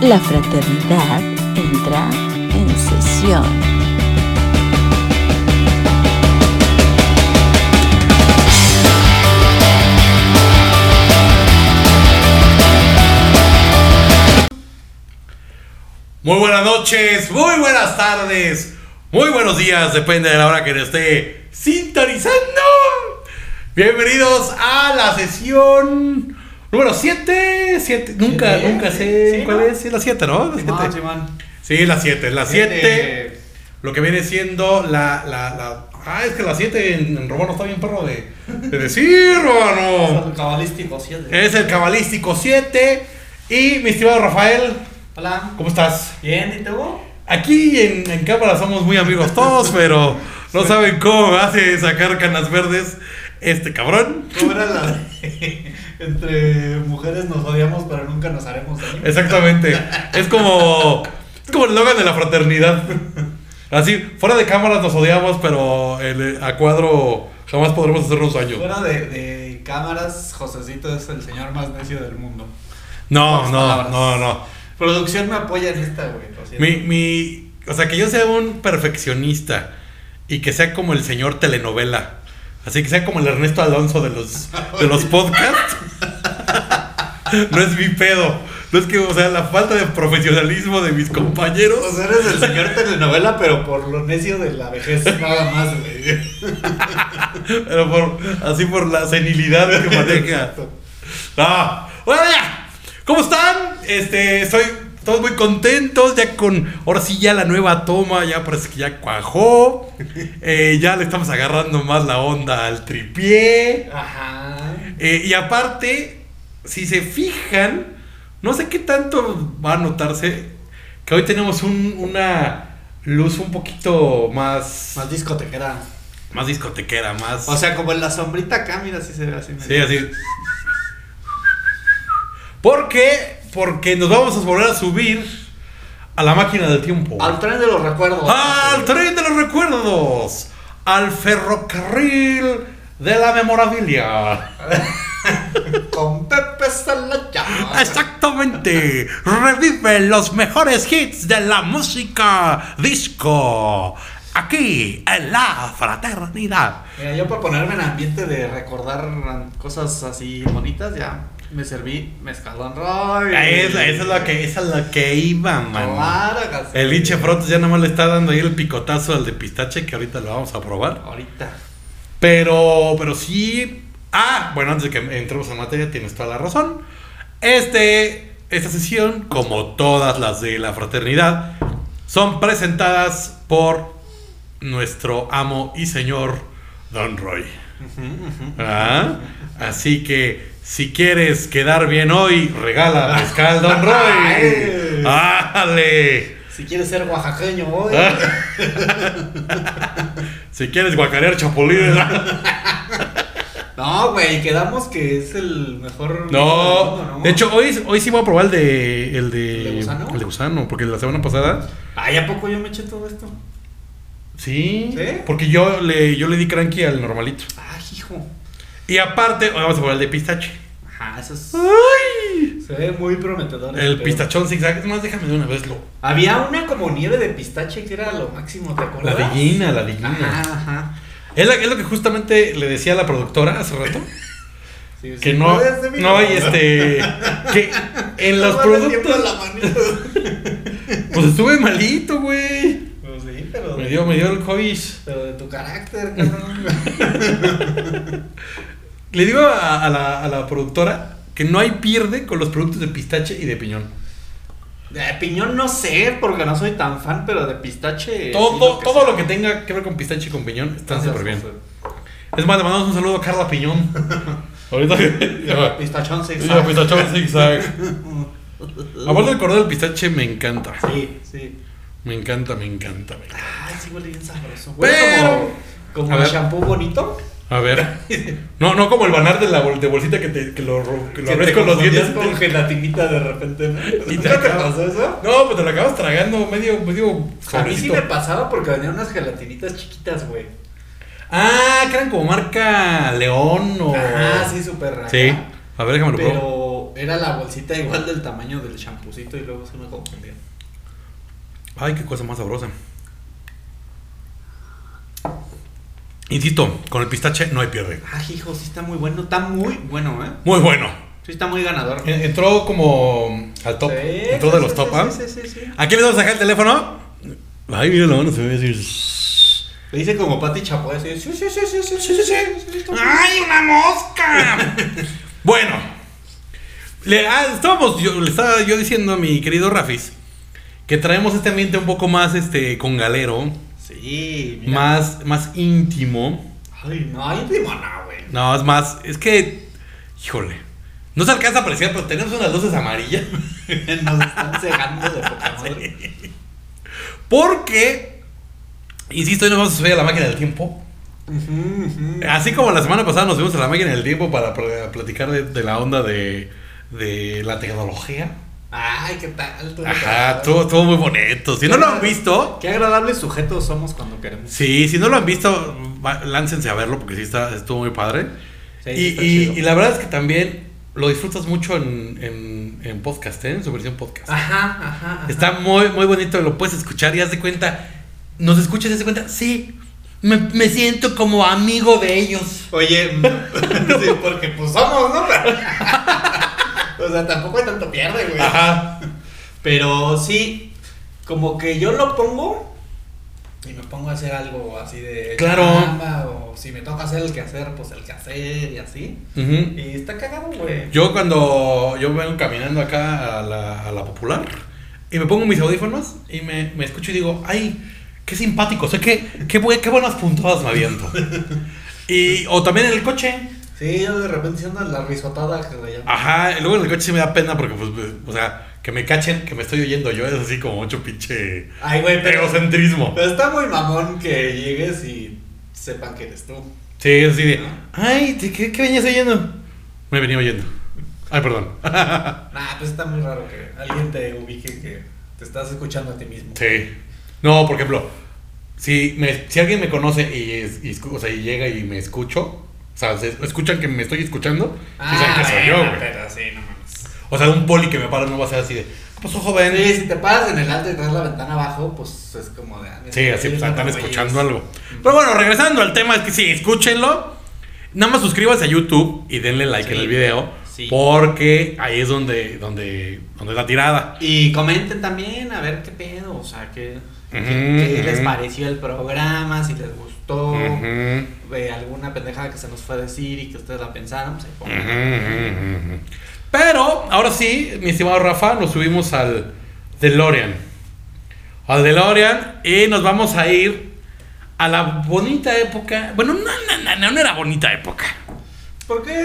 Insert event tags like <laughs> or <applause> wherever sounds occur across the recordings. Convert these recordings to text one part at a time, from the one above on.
La fraternidad entra en sesión. Muy buenas noches, muy buenas tardes, muy buenos días, depende de la hora que nos esté sintonizando. Bienvenidos a la sesión número 7. Nunca, Siete, nunca sí, sé sí, cuál ¿no? es. Sí, la 7, ¿no? La Simón, siete. Simón. Sí, la 7, la 7. Siete. Lo que viene siendo la. la, la ah, es que la 7 en, en romano está bien perro de, de decir, Es el romano. Cabalístico 7. Es el cabalístico 7. Y mi estimado Rafael, Hola. ¿cómo estás? Bien, ¿y tú? Aquí en, en cámara somos muy amigos todos, pero no saben cómo me hace sacar canas verdes este cabrón. ¿Cómo era la de- <laughs> Entre mujeres nos odiamos, pero nunca nos haremos daño. Exactamente. Es como. Es como el eslogan de la fraternidad. Así, fuera de cámaras nos odiamos, pero el- eh, a cuadro jamás podremos hacernos daño. Fuera de, de cámaras, Josecito es el señor más necio del mundo. No, Pocas no, palabras. no, no. Producción me apoya en esta, güey. lo siento. Mi, mi. O sea, que yo sea un perfeccionista y que sea como el señor telenovela. Así que sea como el Ernesto Alonso de los, de los podcasts. <laughs> No es mi pedo. No es que, o sea, la falta de profesionalismo de mis compañeros. O sea, eres el señor telenovela, pero por lo necio de la vejez, nada más, güey. <laughs> Pero por, así por la senilidad que <laughs> maneja. Exacto. Ah, bueno, ya. ¿Cómo están? Este, estoy todos muy contentos ya con ahora sí ya la nueva toma ya parece que ya cuajó. Eh, ya le estamos agarrando más la onda al tripié. Ajá. Eh, y aparte, si se fijan, no sé qué tanto va a notarse que hoy tenemos un- una luz un poquito más Más discotequera. más discotequera, más O sea, como en la sombrita acá, mira, sí se ve así. Sí, así. ¿Por qué? Porque nos vamos a volver a subir a la máquina del tiempo. Al tren de los recuerdos. Al tren de los recuerdos. Al ferrocarril de la memorabilia. Con Pepe Salaya. Exactamente. Revive los mejores hits de la música disco. Aquí, en la fraternidad. Mira, yo para ponerme en ambiente de recordar cosas así bonitas, ya me serví mezcalón Roy. Esa, esa es la que, esa es la que iba, man. Claro, que sí. El Inche Frotes ya nomás le está dando ahí el picotazo al de pistache que ahorita lo vamos a probar. Ahorita. Pero, pero sí. Ah, bueno, antes de que entremos en materia, tienes toda la razón. Este, esta sesión, como todas las de la fraternidad, son presentadas por nuestro amo y señor Don Roy. Ah, Así que si quieres quedar bien hoy, regala mezcal Don Roy. Ay. ¡Ájale! Si quieres ser oaxaqueño hoy. Ah. <laughs> si quieres guacarear chapulines. <laughs> No, güey, quedamos que es el mejor. del mundo, no. De hecho, hoy, hoy sí voy a probar el de. El ¿El de, de gusano? el de gusano, porque la semana pasada. Ay, ¿a poco yo me eché todo esto? Sí. ¿Sí? Porque yo le, yo le di cranky al normalito. Ay, hijo. Y aparte, hoy vamos a probar el de pistache. Ajá, eso es. ¡Ay! Se ve muy prometedor. ese El pedo. pistachón zigzag. Es más, déjame de una vez lo. Había una como nieve de pistache que era lo máximo, ¿te La acuerdas? de guina, la de Ajá, guina. ajá. Es, la- es lo que justamente le decía a la productora hace rato. Sí, sí. Que no. Puedes, de mí, No, y este. Que <laughs> en los Tómale tiempo a productos. la manita. Pues estuve malito, güey. Pues sí, pero. Me dio, me dio el COVID. Pero de tu carácter, cabrón. Le digo a, a la, a la productora que no hay pierde con los productos de pistache y de piñón. De piñón no sé, porque no soy tan fan, pero de pistache. Todo, todo lo que tenga que ver con pistache y con piñón está súper bien. Es más, le mandamos un saludo a Carla <laughs> Piñón. Ahorita que. bien. Pistachón se Ya, pistachón zigzag. Aparte el cordón del pistache me encanta. Sí, sí. Me encanta, me encanta. me encanta. Ay, sí, huele bien sabroso. Huele Pero- como, A como ver. shampoo bonito. A ver. No, no como el banar de la bol- de bolsita que, te, que lo, ro- que lo te abres con los confundías dientes. y te- con gelatinita de repente. ¿no? Y te ¿Nunca te acabas- pasó eso? No, pues te lo acabas tragando medio, medio A mí sí sobrecito. me pasaba porque venían unas gelatinitas chiquitas, güey. Ah, que eran como marca León o. Oh. Ajá, sí, súper rara. Sí. A ver, déjame lo probo. Pero era la bolsita igual del tamaño del champucito y luego se me confundía. Ay, qué cosa más sabrosa. Insisto, con el pistache no hay pierde. Ay, hijo, sí está muy bueno, está muy bueno, ¿eh? Muy bueno. Sí está muy ganador. En- Entró como al top. Sí, Entró de sí, los sí, top, sí, ¿ah? sí, sí, sí. ¿A quién le vamos a sacar el teléfono? Ay, mira la mano, se me va a decir. Le dice como Pati Chapoy, así, sí, sí, sí, sí, sí, sí, sí, sí, sí. ¡Ay, una mosca! <laughs> bueno, le, ah, estábamos, yo, le estaba yo diciendo a mi querido Rafis que traemos este ambiente un poco más este con galero, Sí, mira. más, más íntimo. Ay, no, hay limonada, güey. No, es más, es que, híjole, no se alcanza a apreciar, pero tenemos unas luces amarillas. <laughs> <laughs> Nos están cegando de poca madre. Porque, insisto, hoy nos vamos a subir a la máquina del tiempo. Ujú, ujú. Así como la semana pasada nos vimos a la máquina del tiempo para pl- platicar de, de la onda de, de la tecnología. Ay, qué tal. tú, Ajá, qué tal. estuvo, estuvo muy bonito. Si no lo han visto, Qué agradables sujetos somos cuando queremos. sí, si no lo han visto, va- láncense a verlo porque sí está, estuvo muy padre. Sí, y, está y- chido. y la verdad es que también lo disfrutas mucho en, en- en podcast, ¿eh? en su versión podcast. Ajá, ajá. ajá. Está muy, muy bonito, lo puedes escuchar y haz de cuenta. ¿Nos escuchas y haz de cuenta? Sí, me, me siento como amigo de ellos. Oye, <laughs> mm, sí, porque pues somos, ¿no? <laughs> o sea, tampoco hay tanto pierde, güey. Ajá. Pero sí, como que yo lo pongo y me pongo a hacer algo así de Claro. chamba, o si me toca hacer el quehacer, pues el quehacer y así. Ujú. Y está cagado, güey. Yo cuando yo vengo caminando acá a la, a la popular y me pongo mis audífonos y me, me escucho y digo, ay, qué simpático, o sea, qué, qué, bue- qué buenas puntadas me <laughs> aviento. y, o también en el coche. Sí, yo de repente siendo la risotada que le llaman. Ajá, y luego en el coche sí me da pena porque, pues, pues, o sea, que me cachen, que me estoy oyendo yo, es así como mucho pinche Ay, güey, pero, egocentrismo. pero está muy mamón que llegues y sepan que eres tú. Sí, es así de, ay, ¿de ¿qué, qué venías oyendo? Me venía oyendo. Ay, perdón. Nah, pues está muy raro que alguien te ubique que te estás escuchando a ti mismo. Sí. No, por ejemplo, si, me, si alguien me conoce y, es- y escu- o sea, y llega y me escucho, o sea, se- escuchan que me estoy escuchando, Ah, sí saben que soy yo, Ah, bueno, güey. Pero sí, no mames. O sea, un poli que me para no va a ser así de, pues ojo, joven. Sí, Sí, si te paras en el alto y traes la ventana abajo, pues es como de. ah, así ellos pues, no están me oyen. escuchando algo. Pero bueno, regresando al tema, es que sí, escúchenlo. Nada más suscríbanse a YouTube y denle like Sí. en el video, Sí. porque ahí es donde, donde, donde es la tirada. Y comenten también a ver qué pedo, o sea, qué, qué- Ujú, qué les ujú. pareció el programa, si les gustó, Ujú. eh, alguna pendejada que se nos fue a decir y que ustedes la pensaron, pues ahí Ujú, pongan. ujú, ujú. Pero ahora sí, mi estimado Rafa, nos subimos al DeLorean. Al DeLorean y nos vamos a ir a la bonita época. Bueno, no, no, no, no, no era bonita época. ¿Por qué?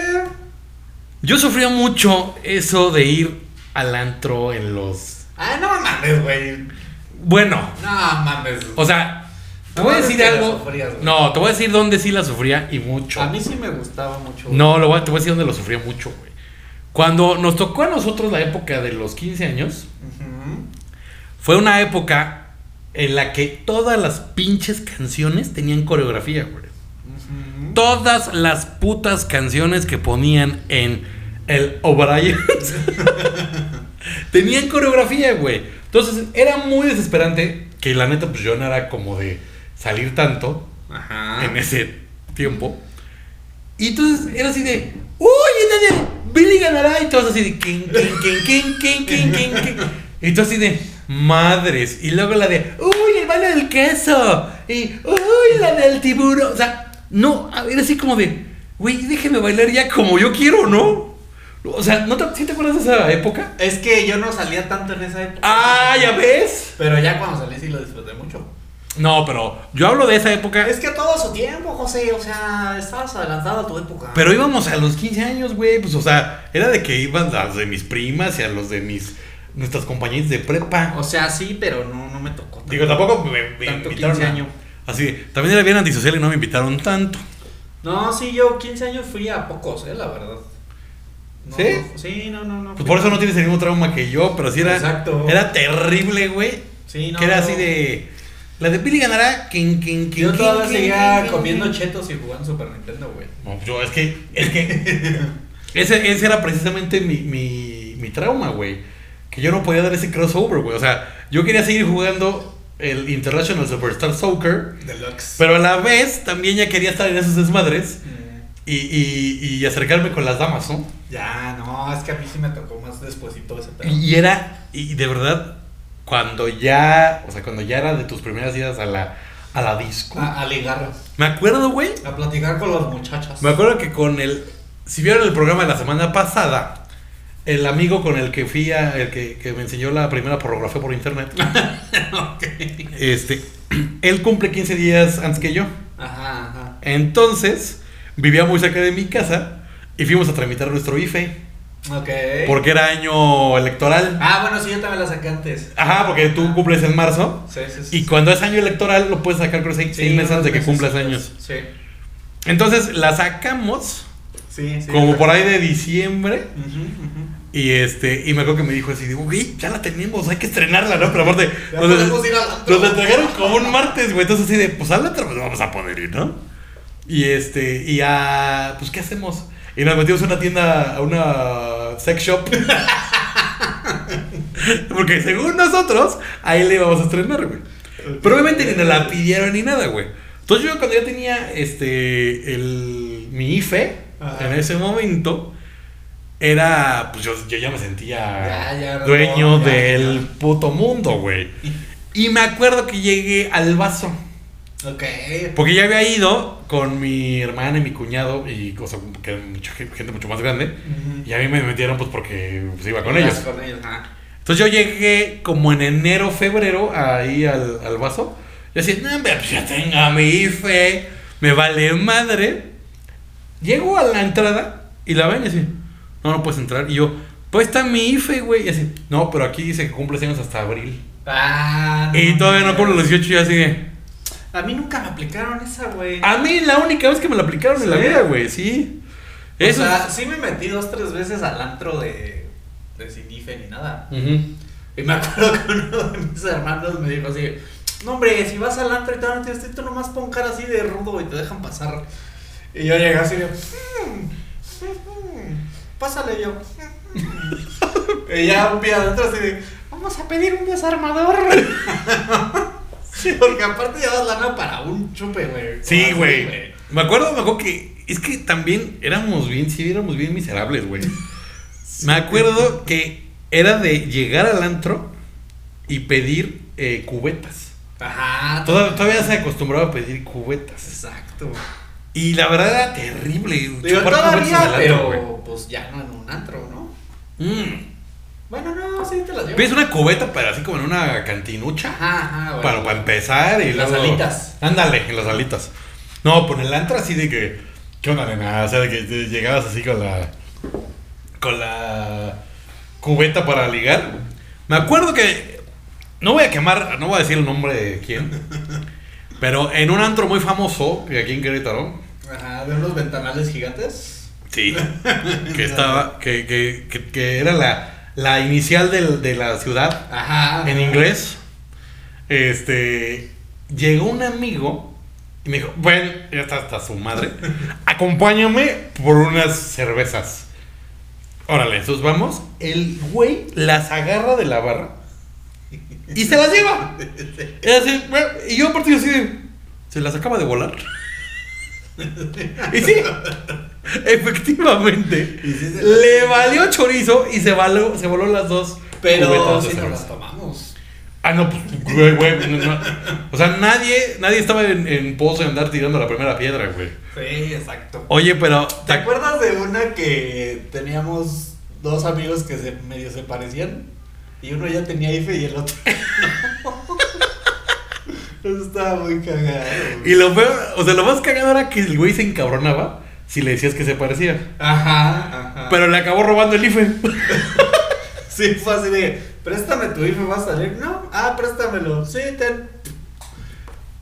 Yo sufría mucho eso de ir al antro en los. Ah, no mames, güey. Bueno, No mames. o sea, te No voy a mames decir que la algo. sufrías, güey. no, te voy a decir dónde sí la sufría y mucho. a mí sí me gustaba mucho. güey. No, lo voy a- te voy a decir dónde lo sufría mucho, güey. Cuando nos tocó a nosotros la época de los 15 años, Ujú. fue una época en la que todas las pinches canciones tenían coreografía, güey. Ujú. Todas las putas canciones que ponían en el O'Brien tenían coreografía, güey. Entonces era muy desesperante que la neta, pues yo no era como de salir tanto Ajá. en ese tiempo. Y entonces era así de, ¡Uy! Daniel, Billy ganará. Y todos así de, ¡Quin, quin, quin, quin, quin, quin, quin, quin. Y tú así de, ¡Madres! Y luego la de, ¡Uy! El baile del queso. Y, ¡Uy! La del tiburón. O sea, no, era así como de, güey, déjeme bailar ya como yo quiero, ¿no? O sea, ¿no te, ¿sí te acuerdas de esa época? Es que yo no salía tanto en esa época. ¡Ah! ¿Ya ves? Pero ya cuando salí sí lo disfruté mucho. No, pero yo hablo de esa época. Es que todo su tiempo, José, o sea, estabas adelantado a tu época. Pero íbamos a los 15 años, güey. Pues, o sea, era de que iban a los de mis primas y a los de mis nuestras compañeras de prepa. O sea, sí, pero no, no me tocó. tanto. Digo, tampoco me, me Tanto invitaron. 15 a- años. Así, de- también era bien antisocial y no me invitaron tanto. No, sí, yo 15 años fui a pocos, eh, la verdad. No, ¿Sí? no, sí, no, no, no. Pues por eso no tienes el mismo trauma que yo, pero sí era. Exacto. Era terrible, güey. Sí, no. que era así de. La de Billy ganará. Quin, quin, quin, Yo quin, todavía quin, seguía quin, comiendo quin. chetos y jugando Super Nintendo, güey. No, yo es que. <laughs> Es que. Ese, ese era precisamente mi, mi, mi trauma, güey. Que yo no podía dar ese crossover, güey. O sea, yo quería seguir jugando el International Superstar Soccer, Deluxe. pero a la vez también ya quería estar en esos desmadres y, y- y acercarme con las damas, ¿no? Ya, no, es que a mí sí me tocó más despuesito ese pedo. Y, y era, y de verdad, cuando ya, o sea, cuando ya era de tus primeras idas a la, a la disco. A, a ligar, Me acuerdo, güey. a platicar con las muchachas. Me acuerdo que con el. Si vieron el programa de la semana pasada, el amigo con el que fui a. El que, que me enseñó la primera pornografía por <laughs> internet. Este. <clears throat> Él cumple 15 días antes que yo. Ajá, ajá. Entonces, vivía muy cerca de mi casa y fuimos a tramitar nuestro IFE. Ok. Porque era año electoral. Ah, bueno, sí, yo también la saqué antes. Ajá, porque tú cumples en marzo. Sí, sí, sí. Y cuando es año electoral, lo puedes sacar, creo, seis, seis meses antes de que cumplas años. Sí. Entonces, la sacamos Sí, sí. como por ahí de diciembre. Ujú, ujú. Y este, y me acuerdo que me dijo así, digo, güey, ya la tenemos, hay que estrenarla, ¿no? Pero aparte, Ya nos, podemos ir al antro. nos la entregaron como un martes, güey. Entonces así de, pues al otro vamos a poder ir, ¿no? Y este, y a pues ¿qué hacemos? Y nos metimos a una tienda, a una sex shop. <laughs> Porque según nosotros, ahí le íbamos a estrenar, güey. Pero obviamente ni nos la pidieron ni nada, güey. Entonces yo cuando ya tenía este el mi IFE Ajá. en ese momento era pues yo, yo ya me sentía Ya, ya era dueño todo, ya, del puto mundo, güey. Y me acuerdo que llegué al vaso, Ok. porque ya había ido con mi hermana y mi cuñado y cosa que era mucha gen- gente mucho más grande y a mí me metieron pues porque pues, iba con ellos. Con ellos, ajá. Entonces yo llegué como en enero, febrero, ahí al, al vaso. Yo decía, no, hombre, pues ya tenga mi fe, me vale madre. Llego a la entrada y la ven y así, no, no puedes entrar. Y yo, pues está mi IFE, güey. Y así, no, pero aquí dice que cumple años hasta abril. Ah, Y todavía no cumplo los 18 y así de, A mí nunca me aplicaron esa, güey. A mí la única vez que me la aplicaron en la Sí. vida, güey, sí. Eso. O sea, sí me metí dos, tres veces al antro de, de sin IFE ni nada. Ujú. Y me acuerdo que uno de mis hermanos me dijo así, no hombre, si vas al antro y todavía no tienes tiempo, nomás pon cara así de rudo y te dejan pasar. Y yo llegué así de, "Mm, mm, mm, pásale yo. <laughs> mm". y ya un pie adentro así de, vamos a pedir un desarmador. <laughs> sí, porque aparte llevas lana para un chupe, güey. Sí, Así, güey. Me acuerdo, me acuerdo que. Es que también éramos bien, sí, éramos bien miserables, güey. me acuerdo que era de llegar al antro y pedir eh, cubetas. Ajá. Toda- todavía se acostumbraba a pedir cubetas. Exacto. Y la verdad era terrible. Digo, chupar cubetas en todavía, el pero antro, güey. pues ya no en un antro, ¿no? Mm. Bueno, no, sí te las llevo. Pides una cubeta, pero así como en una cantinucha. Ajá, ajá, güey. Para, para empezar y En las luego- alitas. Ándale, en las alitas. No, por el antro así de que. ¿Qué onda, nena? O sea, de que te llegabas así con la. Con la. Cubeta para ligar. Me acuerdo que. No voy a quemar, no voy a decir el nombre de <laughs> quién. pero en un antro muy famoso, que aquí en Querétaro. Ajá, de unos ventanales gigantes. Sí. Que estaba. Que, que, que, que era la, la inicial del- de la ciudad Ajá. en inglés. Este. Llegó un amigo y me dijo: Bueno, ya está hasta su madre. Acompáñame por unas cervezas. Órale, entonces vamos. El güey las agarra de la barra y se las lleva. Y, así, bueno, y yo, aparte, yo así de, Se las acaba de volar. y sí, efectivamente. Y sí se- Le valió chorizo y se, való, se voló las dos. Pero cubetas de sí nos cerveza. las tomamos. Ah, no, pues, güey, güey. no, no. O sea, nadie, nadie estaba en, en pos de andar tirando la primera piedra, güey. Sí, exacto. Oye, pero. ¿Te acuerdas de una que teníamos dos amigos que se, medio se parecían? Y uno ya tenía IFE y el otro <laughs> no. Eso estaba muy cagado. güey. Y lo peor, o sea, lo más cagado era que el güey se encabronaba si le decías que se parecía. Ajá, ajá. Pero le acabó robando el IFE. Sí, fue así de, préstame tu IFE, va a salir. No, ah, préstamelo. Sí, ten.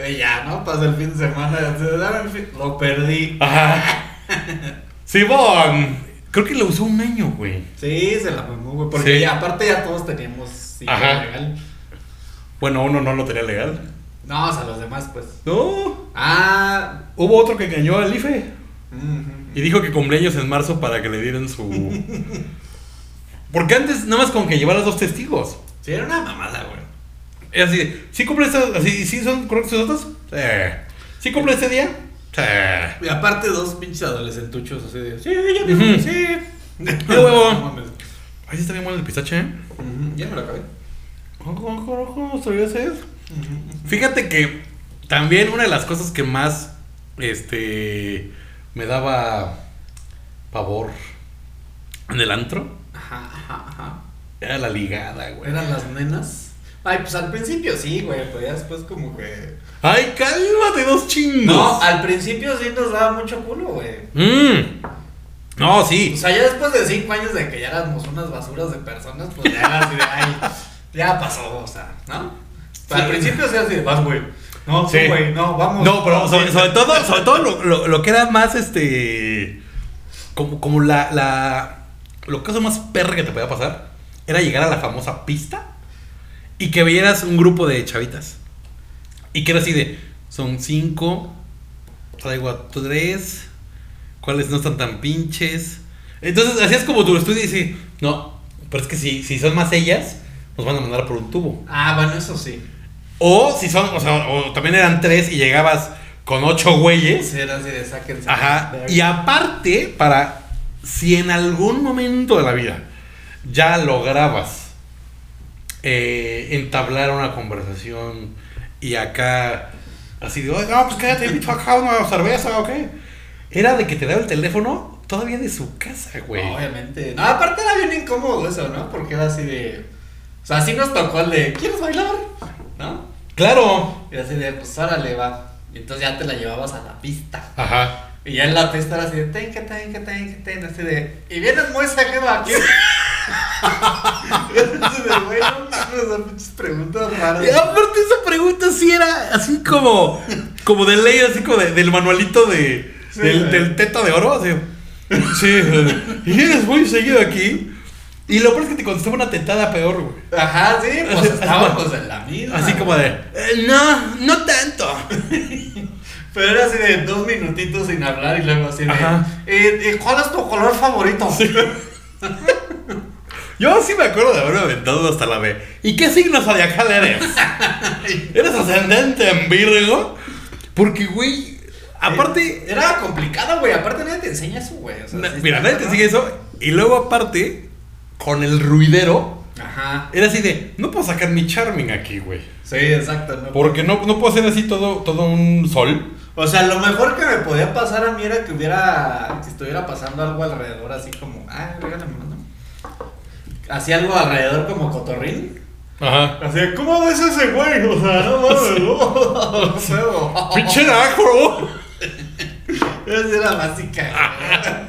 Y ya, ¿no? Pasó el fin de semana. se daban el fin- Lo perdí. Ajá. Simón. Creo que lo usó un año, güey. Sí, se la mamó, güey. Porque Sí. ya, aparte ya todos teníamos IFE Ajá. legal. Bueno, uno no lo tenía legal. No, o sea, los demás, pues. No. Ah, Hubo otro que engañó al IFE. Y dijo que cumpleaños en marzo para que le dieran <laughs> su. Porque antes nada más con que llevaras dos testigos. Sí, era una mamada, güey. Es así, ¿sí cumple esta- así, ¿sí son correctos esos datos? Sí. ¿Sí cumple este día? Sí. Y aparte dos pinches adolescentuchos así de... Sí, ya dijo que Ujú. sí. <laughs> ¡De huevo! No mames. Ay, sí está bien bueno el pistache, ¿eh? <laughs> Ujú, Ya me lo acabé. Ojo, ojo, ojo, ¿sabía hacer? Fíjate que también una de las cosas que más este me daba pavor en el antro Ajá, ajá, ajá. era la ligada, güey. ¿Eran las nenas? Ay, pues al principio sí, güey, pero ya después como que... Ay, cálmate, dos chingos. No, al principio sí nos daba mucho culo, güey. Mm. No, sí. O sea, ya después de cinco años de que ya éramos unas basuras de personas, pues ya era así de, ay, ya pasó, o sea, ¿no? Pero al Sí. principio sí era así de, vas, güey. No, tú, Sí. güey, no, vamos. No, pero Sí. sobre, sobre todo, sobre todo lo, lo- lo que era más este. Como, como la, la. Lo que es lo más perra que te podía pasar era llegar a la famosa pista y que vieras un grupo de chavitas. Y que era así de. Son cinco, traigo a tres, cuáles no están tan pinches. Entonces hacías como tu estudio y dices, no, pero es que si, si son más ellas, nos van a mandar por un tubo. Ah, bueno, eso sí. O si son, o sea, o también eran tres y llegabas con ocho güeyes. Sí, era así de, sáquense. Ajá. De- Y aparte, para si en algún momento de la vida ya lograbas eh, entablar una conversación y acá así de, "Oye, no, pues quédate, invito acá una cerveza, ¿ok? Era de que te daba el teléfono todavía de su casa, güey. Obviamente. No, aparte era bien incómodo eso, ¿no? Porque era así de. O sea, así nos tocó el de, ¿quieres bailar? ¿No? Claro. Y así de, pues órale, va. Y entonces ya te la llevabas a la pista. Ajá. Y ya en la pista era así de, ten, que ten, que ten, que ten. Así de, y vienes muy sajero aquí. <laughs> Y así de, güey, no mames, son muchas preguntas raras. Y aparte esa pregunta sí era así como como de ley, así como de- del manualito de Sí, del, güey. del teto de oro, así. Sí, y eres muy seguido aquí. Y lo peor es que te contestaba una tentada peor, güey. Ajá, sí, pues estábamos en la misma. Así como de, "Eh, no, no tanto. Pero era así de dos minutitos sin hablar y luego así de. Ajá. "Eh, eh, ¿Cuál es tu color favorito? <laughs> Yo sí me acuerdo de haberme aventado hasta la B. ¿Y qué signo zodiacal <laughs> eres? ¿Eres ascendente en Virgo? Porque, güey, aparte... Era complicado, güey. Aparte nadie te enseña eso, güey. O sea, Na- sí mira, está nadie te cabrón. sigue eso. Y luego, aparte, con el ruidero, Ajá. era así de: No puedo sacar mi Charming aquí, güey. Sí, exacto. ¿no? Porque no, no puedo hacer así todo, todo un sol. O sea, lo mejor que me podía pasar a mí era que hubiera. Que estuviera pasando algo alrededor, así como. Ah, regálame uno. Así algo alrededor como cotorrín. Ajá. Así, ¿cómo ves ese güey? O sea, <laughs> no mames, no. no puedo. ¡Pinche naco! Esa era básica.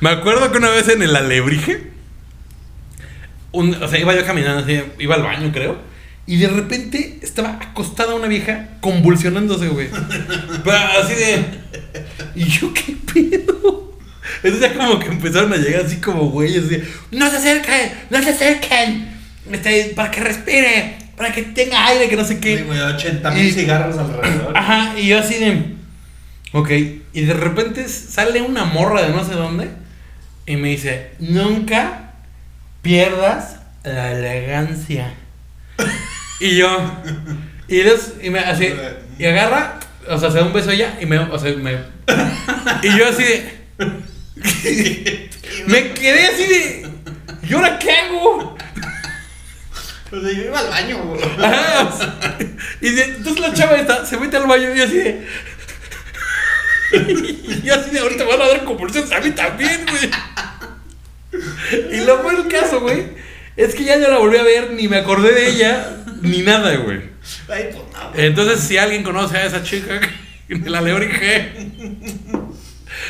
Me acuerdo que una vez en el alebrije, un- o sea, iba yo caminando, así, iba al baño, creo. Y de repente estaba acostada una vieja convulsionándose, güey. Pero así de. ¿Y yo qué pedo? Entonces ya como que empezaron a llegar así como güeyes, así. ¡No se acerquen! ¡No se acerquen! Este, para que respire, para que tenga aire, que no sé qué. Sí, güey, 80 mil Y- cigarros alrededor. Ajá, y yo así de. Ok, y de repente s- sale una morra de no sé dónde y me dice: Nunca pierdas la elegancia. y yo. Y, los, y me así. Y agarra, o sea, se da un beso ella y me. O sea, me. y yo así de. me quedé así de. ¿Y ahora qué hago? O sea, yo Pues iba al baño, güey. Ajá, o sea, y de- entonces la chava esta se mete al baño y yo así de. Y yo así de ahorita me van a dar convulsiones a mí también, güey. Y lo fue el caso, güey. Es que ya no la volví a ver, ni me acordé de ella, ni nada, güey. Ay, pues no, güey. Entonces, si alguien conoce a esa chica de la Lebrige,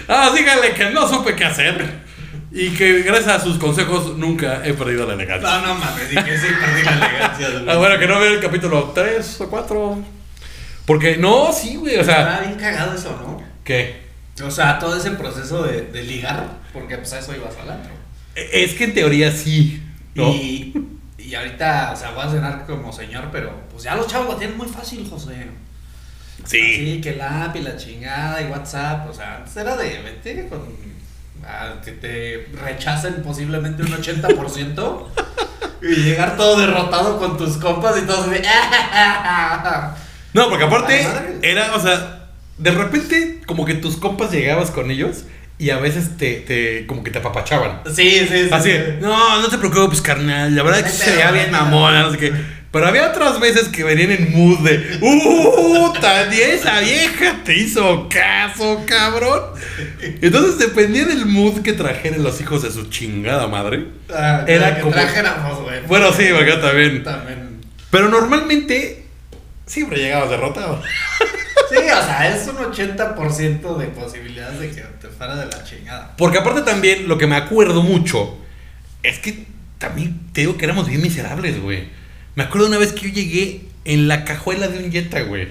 no, dígale que no supe qué hacer. Y que gracias a sus consejos nunca he perdido la elegancia. No, no mames, dije, sí, perdí la elegancia. güey. Ah, bueno, que no veo el capítulo 3 o 4. Porque no, sí, güey, o sea, Estaba Ah, bien cagado eso, ¿no? ¿qué? O sea, todo ese proceso de, de ligar, porque pues a eso ibas al antro. E- Es que en teoría sí, ¿no? Y, y ahorita, o sea, voy a cenar como señor, pero pues ya los chavos la tienen muy fácil, José. Sí. Sí, que la app y la chingada y WhatsApp, o sea, antes era de vete con a que te rechacen posiblemente un 80% <laughs> y llegar todo derrotado con tus compas y todos de No, porque aparte Ah, madre. era, o sea, de repente como que tus compas llegabas con ellos y a veces te, te como que te apapachaban. <laughs> Sí, sí, sí. Así, de, no, no te preocupes, carnal. La verdad es que No hay se veía pedo, bien no hay pedo". mamona, no sé qué. Pero había otras veces que venían en mood de, ¡Uh! Esa vieja te hizo caso, cabrón. Entonces, dependía del mood que trajeran los hijos de su chingada madre. Ah, Era que como- trajéramos, güey. Bueno, sí, acá también. También. Pero normalmente siempre llegabas derrotado. Sí, o sea, es un 80% de posibilidades de que te fuera de la chingada. Porque aparte también, lo que me acuerdo mucho es que también te digo que éramos bien miserables, güey. Me acuerdo una vez que yo llegué en la cajuela de un Jetta, güey,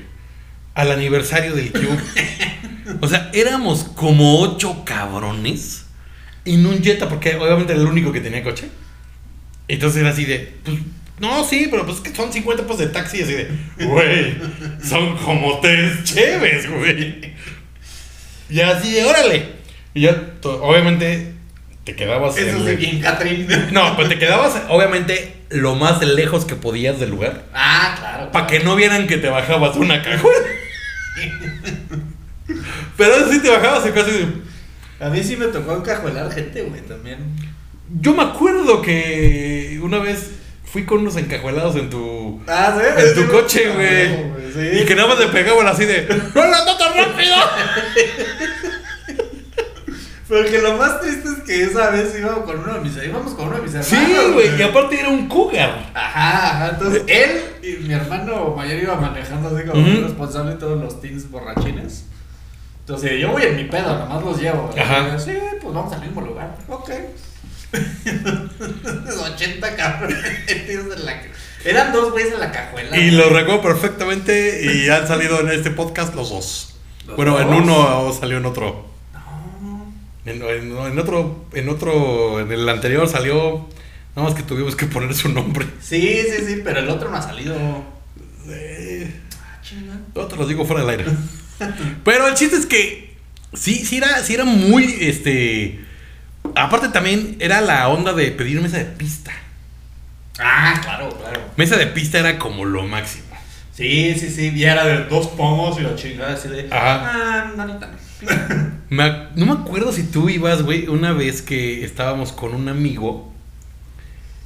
al aniversario del <laughs> club. o sea, éramos como ocho cabrones en un Jetta, porque obviamente era el único que tenía coche. Entonces era así de, pues, no, sí, pero pues es que son 50 pesos de taxi, así de, güey, son como tres cheves, güey. Y así de, órale. Y ya, to- obviamente, te quedabas Eso en sí, el- bien Catrín. <laughs> No, pues te quedabas, obviamente, lo más lejos que podías del lugar. Ah, claro. Para que no vieran que te bajabas de una cajuela. Pero eso sí te bajabas y casi. A mí sí me tocó encajuelar gente, güey, también. Yo me acuerdo que una vez fui con unos encajuelados en tu. Ah, sí. En sí, tu me- coche, Ah, güey. Sí. Y que nada más le pegaban así de. ¡No lo ando tan rápido! Pero que lo más triste es que esa vez íbamos con uno de mis, íbamos con uno de mis hermanos. Sí, güey. Y aparte era un cougar. Ajá, ajá. Entonces él y mi hermano mayor iba manejando así como Eh. Ujú. muy responsable de todos los teens borrachines. Entonces yo voy en mi pedo, nomás los llevo. Ajá. Y yo, Sí, pues vamos al mismo lugar. Ok. <laughs> 80 cabrones metidos en la ca- Eran dos güeyes en la cajuela. Y güey. lo recuerdo perfectamente. Y han salido en este podcast los dos. ¿Los Bueno, en dos? uno salió en otro. No. En, en- en otro, en otro, en el anterior salió. Nada más que tuvimos que poner su nombre. Sí, sí, sí, pero el otro no ha salido. Eh, Ah, chinga. No te los digo fuera del aire. Pero el chiste es que sí, sí era, sí era muy, este... Aparte también era la onda de pedir mesa de pista. Ah, claro, claro. Mesa de pista era como lo máximo. Sí, sí, sí, y era de dos pomos y la chingada así de. Ajá. Ah, nanita. Me ac- no me acuerdo si tú ibas, güey, una vez que estábamos con un amigo,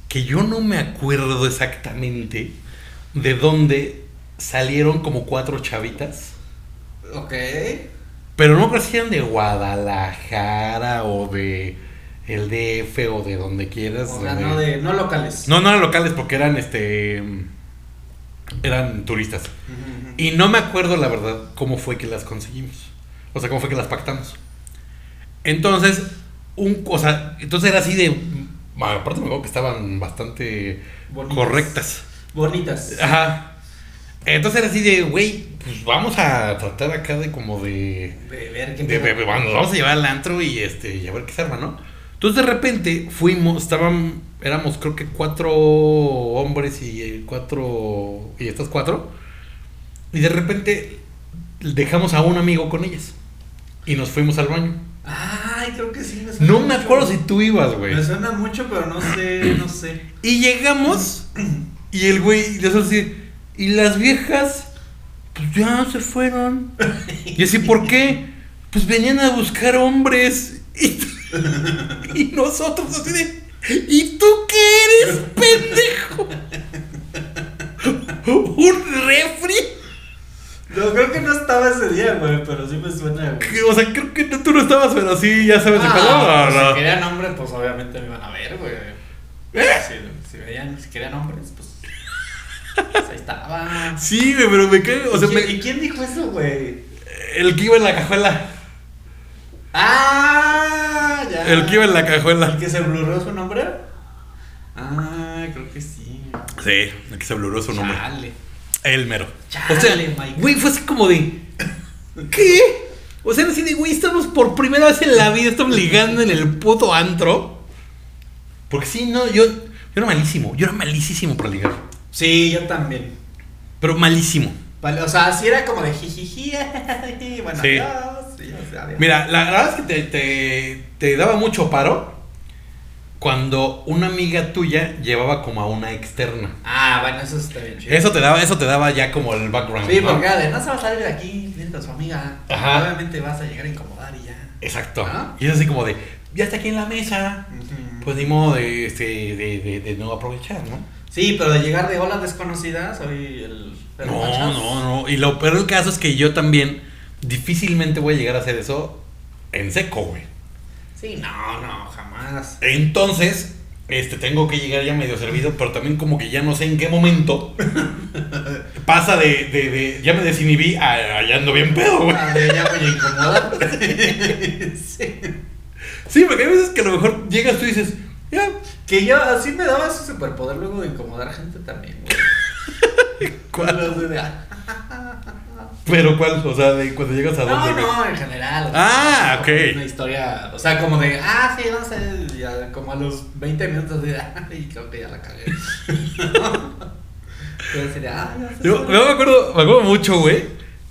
que yo no me acuerdo exactamente de dónde salieron como cuatro chavitas. Ok. Pero no creo si eran de Guadalajara o de el DF o de donde quieras. O sea, donde- no de. No locales. no, no eran locales porque eran este. Eran turistas. Ujú, ujú. Y no me acuerdo, la verdad, cómo fue que las conseguimos. O sea, cómo fue que las pactamos. Entonces, un, o sea, entonces era así de. bueno, aparte, me acuerdo que estaban bastante Bonitas. correctas. Bonitas. Ajá. Entonces era así de, güey, pues vamos a tratar acá de como de. De ver qué de, de- de- bueno, nos vamos a llevar al antro y este y a ver qué se arma, ¿no? Entonces de repente fuimos, estaban, éramos creo que cuatro hombres y eh, cuatro y estas cuatro y de repente dejamos a un amigo con ellas y nos fuimos al baño. Ay, creo que sí. suena No me mucho. acuerdo si tú ibas, güey. Me suena mucho, pero no sé, no sé. Y llegamos y el güey de eso así, y las viejas pues ya se fueron. Y así, ¿por qué? Pues venían a buscar hombres. <laughs> Y, y nosotros así de, ¿y tú qué eres, pendejo? <laughs> ¿Un refri? No, creo que no estaba ese día, güey, pero sí me suena, güey. Que, O sea, creo que no- tú no estabas, pero así ya sabes de Ah, pues, palabra. Si querían nombre, pues obviamente me iban a ver, güey. ¿Eh? Si, si veían, si querían hombres, <laughs> pues. pues ahí estaba. Sí, güey, pero me cae. O sea, ¿Y, me- quién, y quién dijo eso, güey? el que iba en la cajuela. ¡Ah! Ya. El que iba en la ¿El cajuela. que se blurró su nombre? Ah, creo que sí. Sí, el que se bluró su nombre. Chale. El mero. Chale, o sea, Mike. güey, fue así como de. ¿Qué? O sea, así de, güey, estamos por primera vez en la vida, estamos ligando en el puto antro. Porque sí, no, yo, yo era malísimo, yo era malísimo para ligar. Sí, yo también. Pero malísimo. Vale, o sea, así era como de jijiji. <laughs> ay, Bueno, Sí. adiós. y ya se, adiós. Mira, la, la verdad es que te, te- te daba mucho paro cuando una amiga tuya llevaba como a una externa. Ah, bueno, eso está bien chido. Eso te daba, eso te daba ya como el background. Sí, ¿no? porque era de, no se va a salir de aquí, viene con su amiga. Ajá. Obviamente vas a llegar a incomodar y ya. Exacto. Ajá. Y es así como de, ya está aquí en la mesa. Pues ni modo de, este, de, de- de no aprovechar, ¿no? Sí, pero de llegar de olas desconocidas, soy el. el No, machas. no, no. Y lo peor del caso es que yo también difícilmente voy a llegar a hacer eso en seco, güey. Sí, no, no, jamás. Entonces, este, tengo que llegar ya medio servido, pero también como que ya no sé en qué <laughs> momento pasa de, de- de- ya me desinhibí a, a ya ando bien pedo, güey. Ah, de ya voy a incomodar. <laughs> Sí. Sí, porque hay veces que a lo mejor llegas tú y dices, ya, Que yo así me daba ese superpoder luego de incomodar gente también, güey. ¿cuál? Los de- de, ah, Pero cuál, o sea, de cuando llegas a No, dónde. güey. no, en general. o sea, Ah, como ok. Una historia, o sea, como de, ah, sí, no sé, ya como a los 20 minutos de, ay, creo que ya <laughs> la cagué. Pero sería, ah, ya sé. Yo, yo me acuerdo, me acuerdo mucho, güey,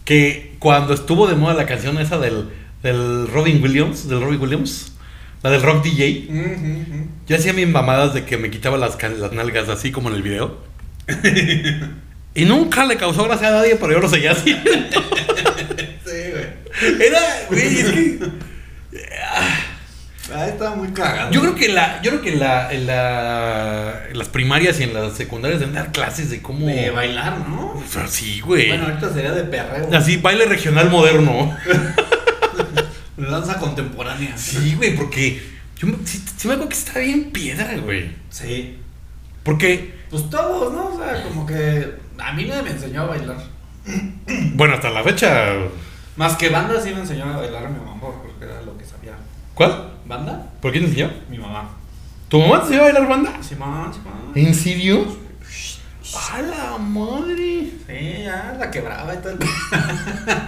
que cuando estuvo de moda la canción esa del, del Robin Williams, del Robin Williams, la del Rock DJ, Mm, mm, mm. yo hacía mis mamadas de que me quitaba las, cal- las nalgas así como en el video. <laughs> y nunca le causó gracia a nadie, pero yo lo seguía así. <laughs> Sí, güey. Era, güey, es que Ah, estaba muy cagado. yo creo que la, yo creo que la, en la- en las primarias y en las secundarias deben dar clases de cómo De bailar, ¿no? O sea, sí, güey. Bueno, ahorita sería de perreo. Así baile regional moderno. Danza contemporánea. Sí, güey, porque yo me, sí, sí me acuerdo que está bien piedra, güey. Sí. Porque, Pues todos, ¿no? O sea, como que a mí nadie me enseñó a bailar. bueno, hasta la fecha. Más que banda sí me enseñó a bailar mi mamá, porque era lo que sabía. ¿Cuál? ¿Banda? ¿Por quién enseñó? Mi mamá. ¿Tu mamá te enseñó a bailar banda? Sí, mamá, sí, mamá. ¿En serio? ¡A la madre! <laughs> Sí, ya la quebraba y todo. <laughs>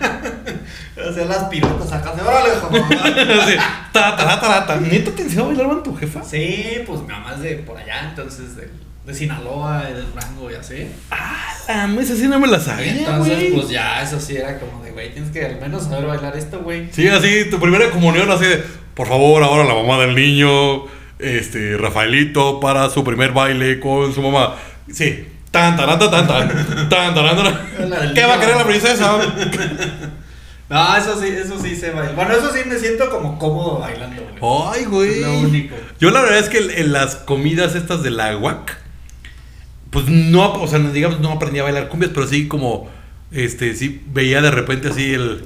Hacía las pilotas acá. ¡Órale, mamá! Así, ta, ta, ta, ta, ta. ¿Neta te enseñó a bailar banda tu jefa? Sí, pues mi mamá es de por allá, entonces de, de Sinaloa, de Durango y así. La mesa sí no me la Y sabía, entonces, Ah, güey. pues ya, eso sí era como de, güey, tienes que al menos saber bailar esto, güey. Sí, así, tu primera comunión, así de, por favor, ahora la mamá del niño, este, Rafaelito, para su primer baile con su mamá. Sí, tan, tan, tan, <laughs> tan, tan, tan, tan, La del tan. ¿Qué va a niño. querer la <laughs> princesa? No, eso sí, eso sí se baila. Bueno, eso sí me siento como cómodo bailando, güey. Ay, güey. Lo único. Yo la verdad es que en las comidas estas de la UAC, pues no, o sea, no- digamos, no aprendí a bailar cumbias, pero sí como, este, sí veía de repente así el,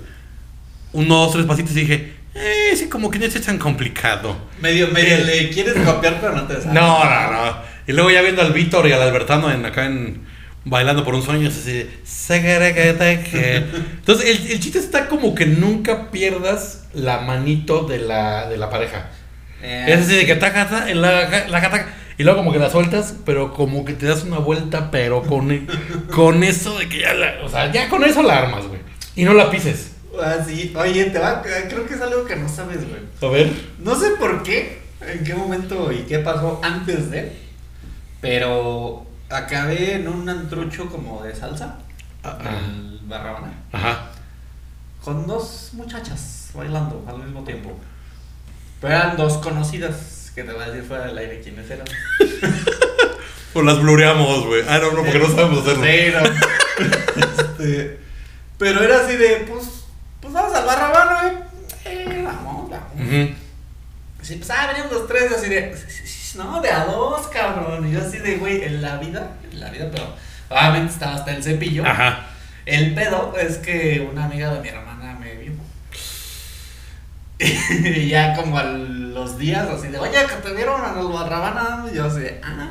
unos tres pasitos y dije, eh, sí, como que no es tan complicado. Medio, medio le quieres copiar, pero no te sabes. No, no, no. Y luego ya viendo al Víctor y al Albertano en, acá en Bailando por un sueño, es así de, "Sagaragataje". Entonces, el, el chiste está como que nunca pierdas la manito de la, de la pareja. Eh, Es así de que taca, taca, la, la, taca, y luego como que la sueltas, pero como que te das una vuelta, pero con, con eso de que ya la, o sea, ya con eso la armas, güey. Y no la pises. Ah, sí. Oye, te va, creo que es algo que no sabes, güey. A ver. No sé por qué, en qué momento y qué pasó antes de, pero acabé en un antrucho como de salsa, Ah, el Barrabana, Ajá. con dos muchachas bailando al mismo tiempo. Pero eran dos conocidas, que te voy a decir fuera del aire quiénes eran. Pues las blureamos, güey. Ah, no, no, porque no sabemos hacerlo. Sí, no. <laughs> Este, pero era así de, pues, pues vamos al Barrabana, güey. Eh, vamos, vamos. Ujú. Sí, pues, ah, venían los tres, así de, no, de a dos, cabrón. Y yo así de, güey, en la vida, en la vida, pero obviamente estaba hasta el cepillo. Ajá. El pedo es que una amiga de mi hermana me vio. <laughs> y ya como a los días, así de, oye, que te vieron a los barrabana. Y yo así de, ah.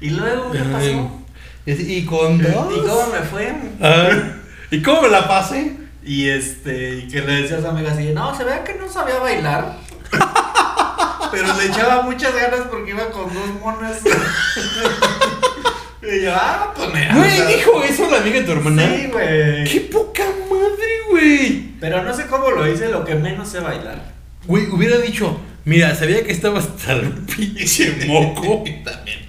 Y luego, ¿qué pasó? ¿Y con ¿Y cómo me fue? ¿Y cómo me la pasé? Y este, y que le decía a su amiga así, no, se vea que no sabía bailar. <laughs> Pero le echaba muchas ganas porque iba con dos monas. <laughs> y yo, ah, pues me Güey, dijo eso la amiga de tu hermana. <laughs> Sí, güey. ¡Qué poca madre, güey! Pero no sé cómo lo hice, lo que menos sé bailar. Güey, hubiera dicho, mira, sabía que estaba hasta el <laughs> pinche <laughs> moco. También.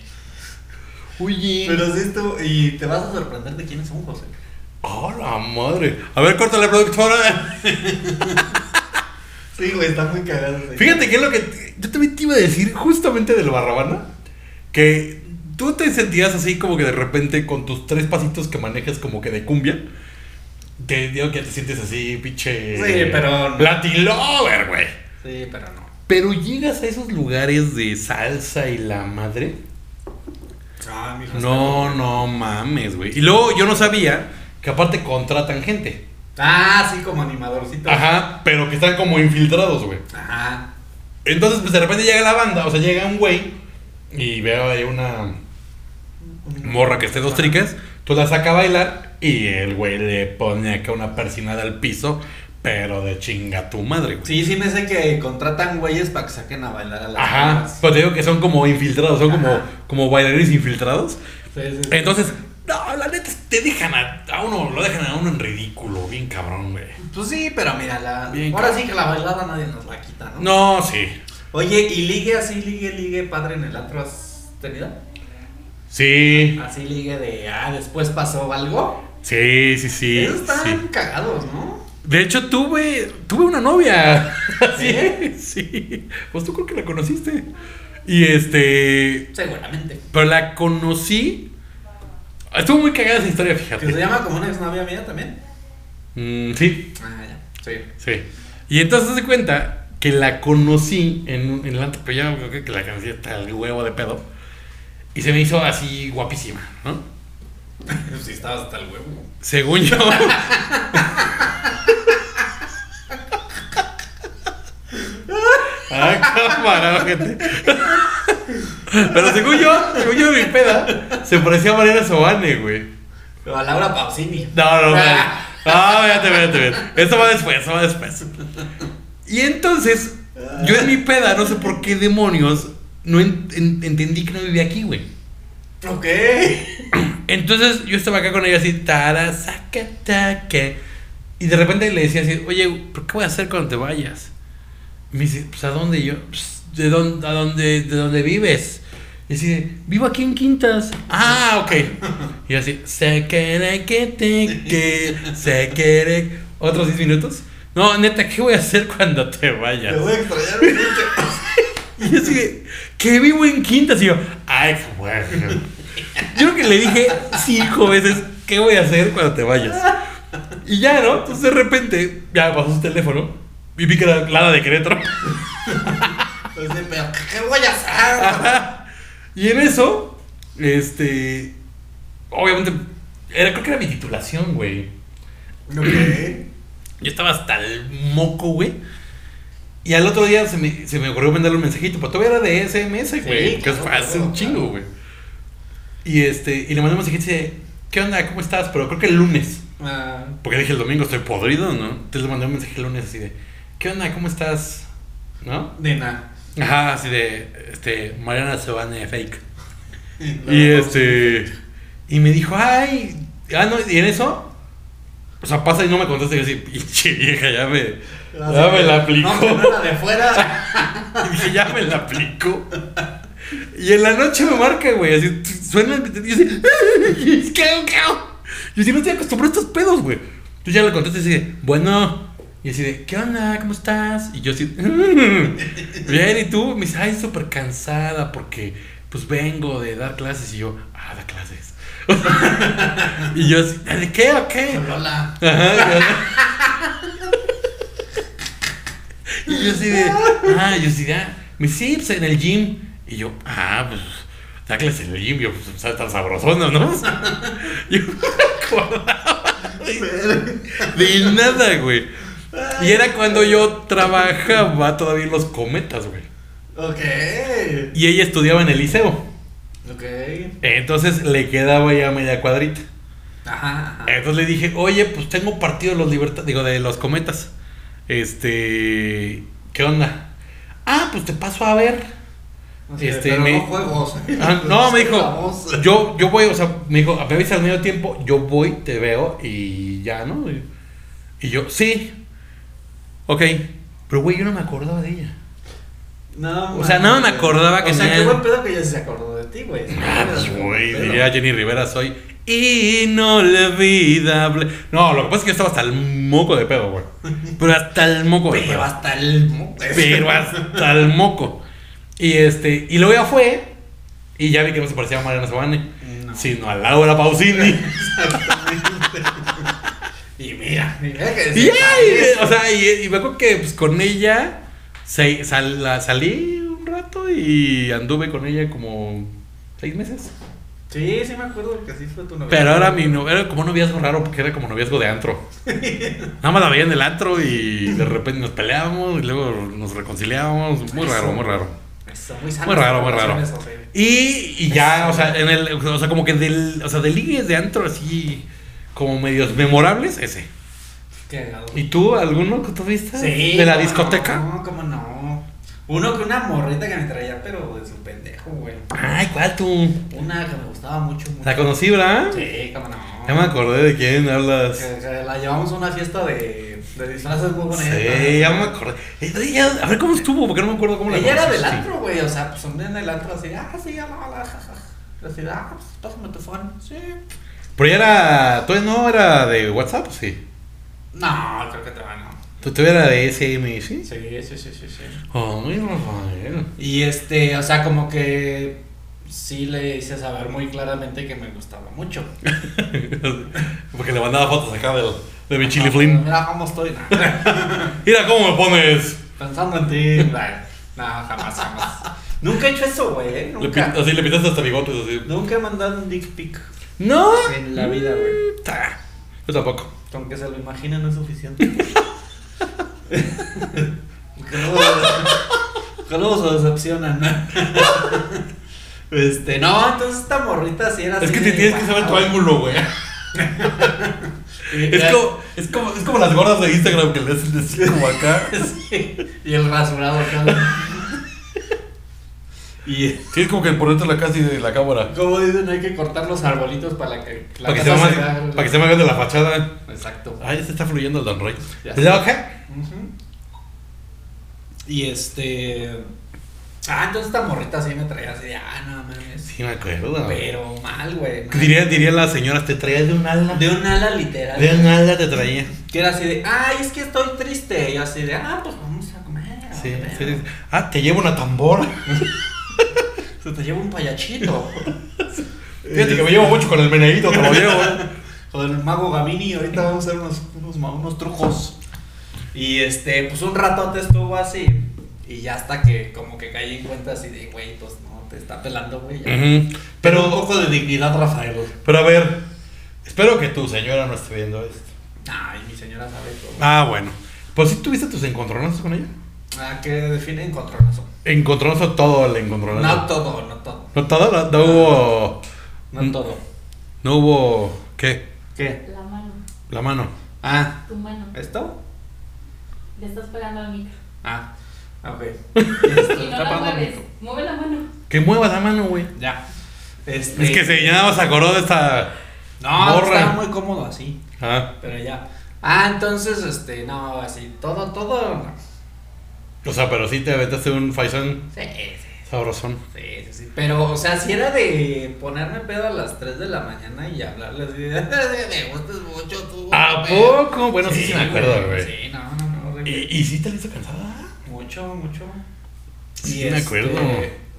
Oye. Pero sí estuvo, y te vas a sorprender de quiénes son, José. ¡Oh, la madre! A ver, corta la productora. Sí, güey, está muy cagado. güey. Fíjate que es lo que. Yo también te iba a decir justamente del Barrabana. Que tú te sentías así como que de repente con tus tres pasitos que manejas como que de cumbia. Que digo que te sientes así, pinche. Sí, pero- Latin lover, güey. Sí, pero no. Pero llegas a esos lugares de salsa y la madre. Ah, mi No, no mames, güey. Y luego yo no sabía que aparte contratan gente. Ah, sí, como animadorcito. Ajá, pero que están como infiltrados, güey. Ajá. Entonces, pues de repente llega la banda, o sea, llega un güey y veo ahí una morra que esté dos triques, tú la saca a bailar y el güey le pone acá una persinada al piso, pero de chinga tu madre, güey. Sí, sí me sé que contratan güeyes para que saquen a bailar a las Ajá, morras. pues te digo que son como infiltrados, son como, Ajá. como bailarines infiltrados. Sí, sí, sí. Entonces, no, la neta, te dejan a, a uno, lo dejan a uno en ridículo, bien cabrón, güey. Pues sí, pero mira, la... Bien, ahora cabrón. sí que la bailada nadie nos la quita, ¿no? No, sí, Oye, ¿y ligue así, ligue, ligue, padre en el antro has tenido? sí, Así ligue de, ah, después pasó algo. sí, sí, sí. Esos están sí. cagados, ¿no? De hecho, tuve, tuve una novia. ¿Sí? <laughs> Sí, sí. Pues tú creo que la conociste. Y este. Seguramente. Pero la conocí. Estuvo muy cagada esa historia, Que se fíjate. llama como una exnovia mía también. Mm, sí, Ah, ya. Sí. <laughs> sí. Y entonces se cuenta que la conocí en, un- en el antro, pero ya creo que la conocí hasta el huevo de pedo. Y se me hizo así guapísima, ¿no? Si estabas hasta el huevo. Según yo. <laughs> ah, cámara, gente. Pero según yo, según yo mi peda, se parecía a Mariana Sobane, güey. Pero a Laura Pausini. No, no, no. Ah, espérate, espérate, espérate. Esto va después, eso va después. Y entonces, yo en mi peda, no sé por qué demonios, no en- en- entendí que no vivía aquí, güey. Ok. Entonces yo estaba acá con ella así, tara, saca, taque. Y de repente le decía así, oye, ¿pero qué voy a hacer cuando te vayas? Y me dice, pues a dónde Y yo, "Pues, ¿de dónde, a dónde, de dónde vives? Y dice, vivo aquí en Quintas. Ah, ok. Y así, se quiere que te que, se quiere. Otros 10 minutos. No, neta, ¿qué voy a hacer cuando te vayas? Te voy a extrañar mucho. Y yo así de, que vivo en quintas. Y yo, ay, güey. Yo creo que le dije cinco veces, ¿qué voy a hacer cuando te vayas? Y ya, ¿no? Entonces de repente, ya me pasó su teléfono. Y vi que era Clara de Querétaro. <laughs> Entonces, Pues pero ¿qué voy a hacer? Ajá. y en eso, este. Obviamente, era, creo que era mi titulación, güey. Ok. Yo estaba hasta el moco, güey. Y al otro día se me, se me ocurrió mandarle un mensajito, pero todavía era de SMS, güey. que claro, fue hace claro, un chingo, claro. güey. Y este, y le mandé un mensajito y dice, ¿qué onda? ¿Cómo estás? Pero creo que el lunes. Ah, Porque dije el domingo estoy podrido, ¿no? Entonces le mandé un mensaje el lunes así de, ¿qué onda? ¿Cómo estás? ¿No? nena. Ajá, así de, este, Mariana Sebane fake. <laughs> Y este. Y me dijo, ay. Ah, no, y en eso. O sea, pasa y no me contesta. Y yo así, pinche vieja, ya me. Ya me la aplicó. No, que no era de fuera. <laughs> Y dije, ya me la aplicó. Y en la noche me marca, güey. Así t- suena. el- Y yo así, <laughs> "Ay, ¿qué hago, qué hago?". Yo así, no estoy acostumbrado a estos pedos, güey. Yo ya le contesto y así, de, bueno. Y así de, ¿qué onda? ¿Cómo estás? Y yo así, <laughs> "Mm, bien, ¿y tú? Me dice, ay, súper cansada porque pues vengo de dar clases. Y yo, ah, da clases. <laughs> y yo así, ¿de qué o qué? Lola. <laughs> Ajá, <laughs> y yo así de, ah, yo así de, ah, me dice, sí, pues en el gym. Y yo, ah, pues, da clases en el gym, yo, pues, o sea, tan sabrosona, ¿no? <laughs> yo no me acordaba de, de nada, güey. Y era cuando yo trabajaba todavía en los cometas, güey. Ok. Y ella estudiaba en el liceo. Ok. Entonces le quedaba ya media cuadrita. Ajá, ajá. Entonces le dije, oye, pues tengo partido de los libertad, digo, de los cometas. Este, ¿qué onda? Ah, pues te paso a ver. Así de, este, pero me- no juegos. <laughs> Ah, no, me <laughs> La dijo, voz. yo, yo voy, o sea, me dijo, me avisas al medio tiempo, yo voy, te veo y ya, ¿no? Y, y yo, sí. Ok. Pero güey, yo no me acordaba de ella. No, O sea, no me mames. acordaba que O sea, tenían- qué buen pedo que ya se acordó de ti, güey. Ah, pues, Güey, diría Jenny Rivera, soy inolvidable. No, lo que pasa es que yo estaba hasta el moco de pedo, <laughs> güey. Pero hasta el moco. de Pero pedo. hasta el. mo- pues. Pero hasta el moco. Y este, y luego ya fue. Y ya vi que no se parecía a Mariana Sabane, No. sino a Laura Pausini. <laughs> Y mira, y mira que y se ya, parece. y, o sea, y, y me acuerdo que pues, con ella se- sal- la salí un rato y anduve con ella como seis meses. Sí, sí me acuerdo que así fue tu novia. Pero era mi no- era como un noviazgo raro porque era como noviazgo de antro. Nada más la veía en el antro y de repente nos peleábamos y luego nos reconciliábamos. Muy raro, muy raro. Eso, muy, sano, Muy raro, muy raro. eso, güey. Y, y ya, o sea, en el, o sea, como que del, o sea, de ligues de antro así como medios memorables, ese. Qué cagado. ¿Y tú, alguno que tuviste? Sí, ¿De la cómo discoteca? No, cómo no. Uno que una morrita que me traía, pero de su pendejo, güey. Ay, ¿cuál tú? Una que me gustaba mucho, mucho. La conocí, ¿verdad? Sí, cómo no. Ya me acordé de quién hablas. Que- que La llevamos a una fiesta de, de disfraces muy bonita. Sí, ya me acordé. Eh, Ella- a ver cómo estuvo, porque no me acuerdo cómo la Ella era conocí. del antro, güey. O sea, pues andé en el antro así, ah, sí, ya la, la, jaja. Así, ah, pues pásame tu phone. Sí. Pero ella era. ¿Tú no era de WhatsApp? Sí. No, creo que te van a. ¿Tú, tú era de SM? Sí. Sí, sí, sí, sí, sí. Oh, muy Rafael. <laughs> Y este, o sea, como que sí le hice saber muy claramente que me gustaba mucho. porque le mandaba fotos acá del, de mi chili flynn. Mira cómo estoy. <laughs> nah. Mira cómo me pones. Pensando en ti. nah, No, jamás, jamás. Nunca he hecho eso, güey. ¿eh? Le Nunca. pin- así le pintaste hasta bigotes así. Nunca he mandado un dick pic No. en la vida, güey. Ta. Yo tampoco. Aunque se lo imaginen no es suficiente. <laughs> Porque luego, porque luego se decepcionan. <laughs> este, no, entonces esta morrita sí era Es así que te de, tienes que "Wow". saber tu ángulo, güey. Y- Es y- como, es, como, es como las gordas de Instagram que le hacen así como acá. sí, y el rasurado acá. Y Sí, es como que ponerte la casa y de la cámara. como dicen, hay que cortar los arbolitos para que la Para que, se casa vea más, se vea- para que se vea grande la fachada. Exacto. Ay, ya se está fluyendo el Don Roy. Ya ¿Te da sé. acá? Y este. Ah, entonces esta morrita sí me traía así de, ah, no mames. Sí, me acuerdo. Pero mal, güey. mal. Diría, diría las señoras, te traías de un ala. De un ala literal. De un ala te traía. Que era así de, ay, es que estoy triste. Y yo así de, ah, pues vamos a comer. Sí, a comer". sí, sí. Ah, te llevo una tambora. Se te lleva un payachito. Fíjate que me llevo mucho con el meneíto, te lo llevo. <laughs> Con el mago Gamini, ahorita vamos a hacer unos, unos, ma- unos trucos. Y este, pues un ratote estuvo así. Y ya hasta que como que caí en cuenta así de, güey, pues no, te está pelando, güey. ya". Ujú. Pero Pero, un poco de dignidad, Rafael. pero a ver, espero que tu señora no esté viendo esto. Ay, mi señora sabe todo. Ah, bueno. Pues si tuviste tus encontronazos con ella. Ah, que define encontronazo. Encontronazo todo el encontronazo. No todo, no todo. No todo, no, no hubo. No Mm. todo. No hubo. ¿Qué? ¿Qué? La mano, La mano. Ah, tu mano. ¿esto? Le estás pegando al micro. Ah, <laughs> ok. Este, Y no la mueves. Mueve la mano. Que mueva la mano, güey. Ya. Este, Es que se ya nada más acordó de esta. No, borra. estaba muy cómodo así. Ah. Pero ya. Ah, entonces, este, no, así, todo, todo. no. O sea, pero sí te aventaste un faisán Sí, sí, sabrosón. sí, sí, sí. Pero, o sea, si era de ponerme pedo a las 3 de la mañana y hablarle así de, <laughs> me gustas mucho tú. ¿A güey". poco? Bueno, sí, sí me acuerdo, güey. Sí, no, no, no. horrible. ¿Y, y sí te la hizo cansada? Mucho, mucho. este, Sí, me acuerdo.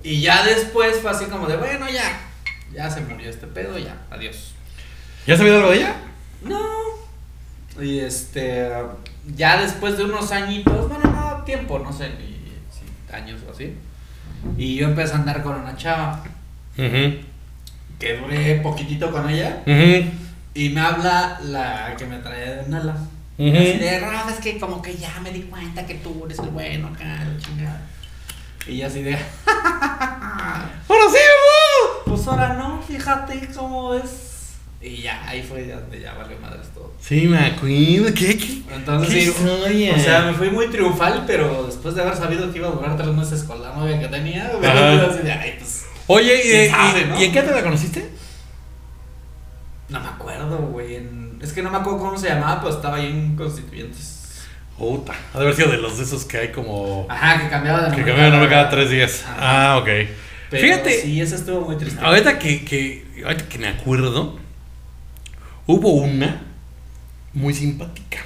Y ya después fue así como de, bueno, ya. Ya se murió este pedo, ya. Adiós. ¿Ya has sabido algo de ella? No. Y este. Ya después de unos añitos, bueno, no, tiempo, no sé, ni si años o así. Y yo empecé a andar con una chava Ujú. que duré poquitito con ella. Ujú. Y me habla la que me traía de Nala. Ujú. Así de, Rafa, es que como que ya me di cuenta que tú eres el bueno acá, la chingada. Y yo así de, ¡Ahora sí, verdad! Pues ahora no, fíjate cómo es. Y ya, ahí fue donde ya valió madres todo. Sí, me acuerdo. ¿Qué? qué? Entonces, ¿Qué sí, historia? o sea, me fui muy triunfal, pero después de haber sabido que iba a durar tres meses con la novia que tenía, me Ajá. quedé <laughs> así de, ay, pues, Oye, ¿y, Sí de- sabe, y- ¿no? ¿y en qué te la conociste? no me acuerdo, güey. en- Es que no me acuerdo cómo se llamaba, pero estaba ahí en Constituyentes. Puta. Ha de haber sido de los de esos que hay como. Ajá, que cambiaba de que nombre. cambian de nombre cada tres días. Ah, ok. Pero Fíjate, Sí, eso estuvo muy triste. ahorita que, que, ahorita que me acuerdo, hubo una muy simpática.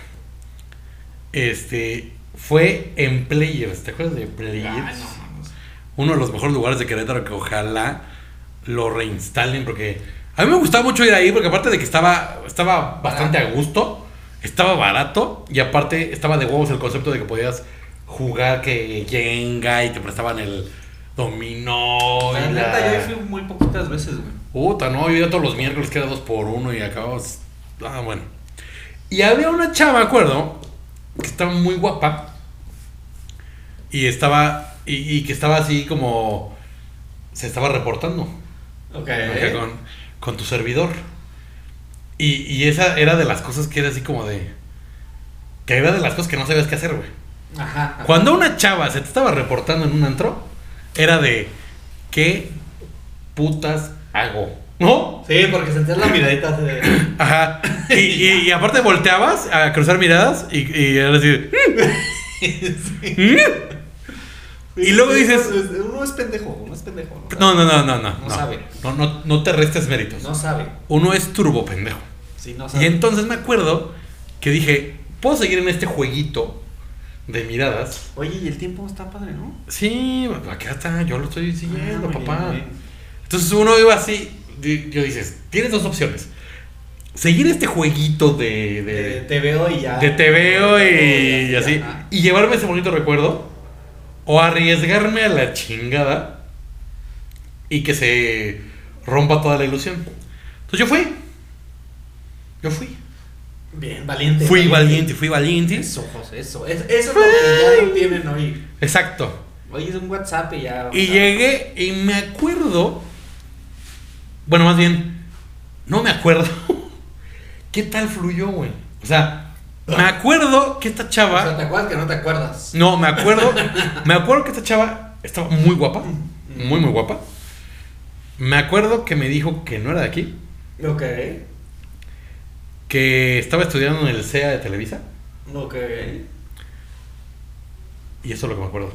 Este. Fue en Players. ¿Te acuerdas de Players? Ah, no, mames. uno de los mejores lugares de Querétaro que ojalá lo reinstalen porque a mí me gustaba mucho ir ahí porque aparte de que estaba estaba bastante a gusto, estaba barato y aparte estaba de huevos el concepto de que podías jugar que Jenga y te prestaban el dominó La y la- neta, yo ahí fui muy poquitas veces, güey. Puta, no, yo iba todos los miércoles que era dos por uno y acababas. Ah, bueno. Y había una chava, me acuerdo, que estaba muy guapa. Y estaba. Y, y que estaba así como. Se estaba reportando. Ok. ¿no? Con, con tu servidor. Y, y esa era de las cosas que era así como de. Que era de las cosas que no sabías qué hacer, güey. Ajá. Cuando una chava se te estaba reportando en un antro, era de. ¿Qué putas hago? ¿No? Sí, porque sentías la miradita así de. <laughs> Ajá. Y, y- y aparte volteabas a cruzar miradas y, y era así. de, "Mm". Y luego dices- Uno es pendejo, uno es pendejo. No, no, no, no, no. No sabe. No, no, no te restes méritos. No sabe. Uno es turbo pendejo. Sí, no Y sabe. entonces me acuerdo que dije, ¿puedo seguir en este jueguito de miradas? Oye, y el tiempo está padre, ¿no? Sí, acá está, yo lo estoy siguiendo, Ah, muy bien, papá. muy bien. Entonces uno iba así, di- yo dices, tienes dos opciones. Seguir este jueguito de- Te, te veo y ya. de te veo y, y Ah, ya, Ah, así. ajá. Y llevarme ese bonito recuerdo. O arriesgarme a la chingada. Y que se rompa toda la ilusión. Entonces yo fui. Yo fui. Bien, valiente. Fui valiente, fui valiente. Eso, José, eso. Es- Es, eso es lo que ya no tienen hoy. Exacto. oye, es un WhatsApp y ya. Y llegué y me acuerdo. Bueno, más bien, no me acuerdo. <laughs> ¿Qué tal fluyó, güey? O sea, me acuerdo que esta O chava. sea, ¿te acuerdas que no te acuerdas? No, me acuerdo. me acuerdo que esta chava estaba muy guapa. Muy, muy guapa. Me acuerdo que me dijo que no era de aquí. Ok. Que estaba estudiando en el CEA de Televisa. Ok. Y eso es lo que me acuerdo.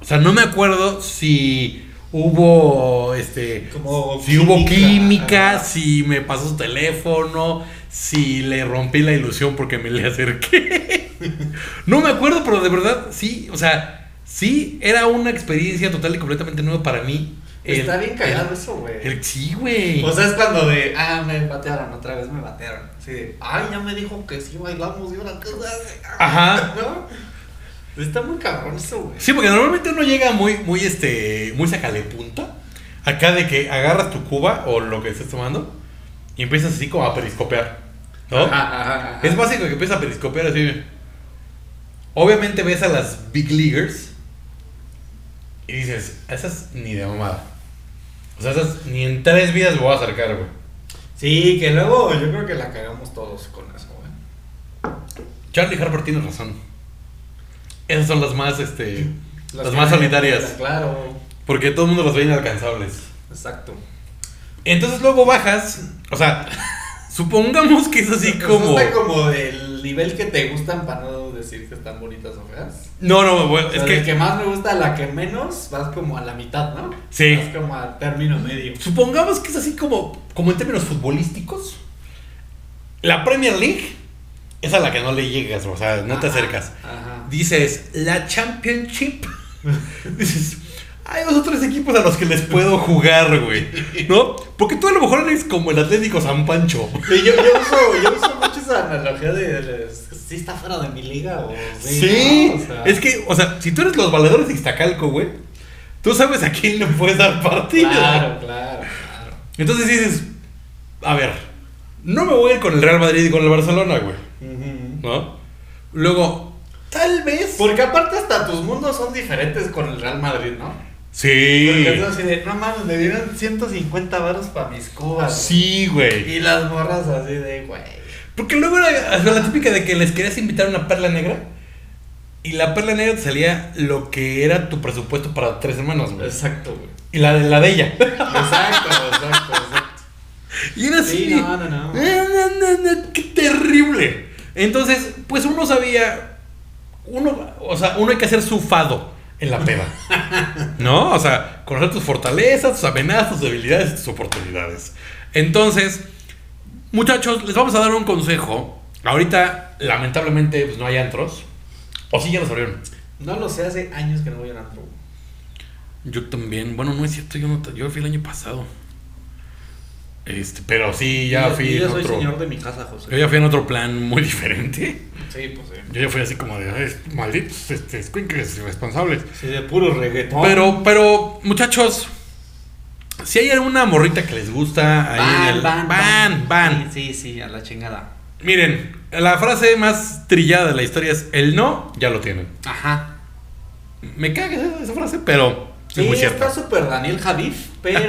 O sea, no me acuerdo si hubo este Como si hubo química, química, ajá. si me pasó su teléfono, si le rompí la ilusión porque me le acerqué. <laughs> no me acuerdo, pero de verdad sí, o sea, sí era una experiencia total y completamente nueva para mí. Está El- bien cagado eso, güey. el- sí, güey. O sea, es cuando de, ah, me batearon otra vez, me batearon. Sí, de, ay, ya me dijo que sí bailamos y ahora qué se hace. Ajá. <laughs> ¿No? Está muy cabrón eso, güey. Sí, porque normalmente uno llega muy, muy, este, muy sacale punta. Acá de que agarras tu cuba o lo que estés tomando y empiezas así como a periscopear. ¿No? Ajá, ajá, ajá. Es básico que empiezas a periscopear así. Obviamente ves a las big leaguers y dices, a esas ni de mamada. O sea, esas ni en tres vidas me voy a acercar, güey. Sí, que luego yo creo que la cagamos todos con eso, güey. Charlie Harper tiene razón. Esas son las más, este, las, que- más solitarias. Claro, Porque todo el mundo las ve inalcanzables. <laughs> exacto. Entonces luego bajas, o sea, <laughs> supongamos que es así como... pues Está como del nivel que te gustan para no decir que están bonitas o feas. No, no, güey, O sea, es que... que... Del que más me gusta a la que menos, vas como a la mitad, ¿no? Sí. Vas como al término medio. Supongamos que es así como, como en términos futbolísticos. La Premier League es a la que no le llegas, o sea, no te Ajá, acercas. Ajá. Dices, la Championship. <laughs> Dices, hay dos o tres equipos a los que les puedo jugar, güey. ¿No? Porque tú a lo mejor eres como el Atlético San Pancho. Sí, yo, yo uso, yo uso mucho esa analogía de, de- sí está fuera de mi liga o Sí, ¿no? O sea, es que, o sea, si tú eres los valedores de Iztacalco, güey, tú sabes a quién le puedes dar partido. Claro, claro, claro. Entonces dices, a ver, no me voy a ir con el Real Madrid y con el Barcelona, güey, Ujú. ¿no? Luego, tal vez. Porque aparte hasta tus mundos son diferentes con el Real Madrid, ¿no? Sí, Porque es así de, no mames, me dieron 150 varos para mis cubas. sí, güey. Y las morras así de, güey. Porque luego era o sea, la típica de que les querías invitar una perla negra. Y la perla negra te salía lo que era tu presupuesto para tres semanas, güey. Exacto, güey. Y la de, la de ella. Exacto, exacto, exacto. Y era así. Sí, no, no, no. Eh, no, no, no, ¡Qué terrible! Entonces, pues uno sabía uno, o sea, uno hay que hacer su fado en la <laughs> peda. ¿No? O sea, conocer tus fortalezas, tus amenazas, tus debilidades, tus oportunidades. Entonces, muchachos, les vamos a dar un consejo. Ahorita, lamentablemente, pues no hay antros. O sí ya los abrieron. No lo sé, hace años que no voy a un antro. güey. Yo también. Bueno, no es cierto, yo no, yo fui el año pasado. Este, pero sí, ya Yo- fui yo en soy otro. señor de mi casa, José. Yo ya fui en otro plan muy <laughs> diferente. Sí, pues sí. Yo ya fui así como de "Ay, malditos este, escuincles irresponsables. Sí, de puro reggaetón. Pero, pero, muchachos, si hay alguna morrita que les gusta, ahí en el- van, van. Sí, sí, sí, a la chingada. Miren, la frase más trillada de la historia es: el no, ya lo tienen. Ajá. Me caga esa, esa frase, pero es muy cierta. está súper Daniel Javif, <laughs> pero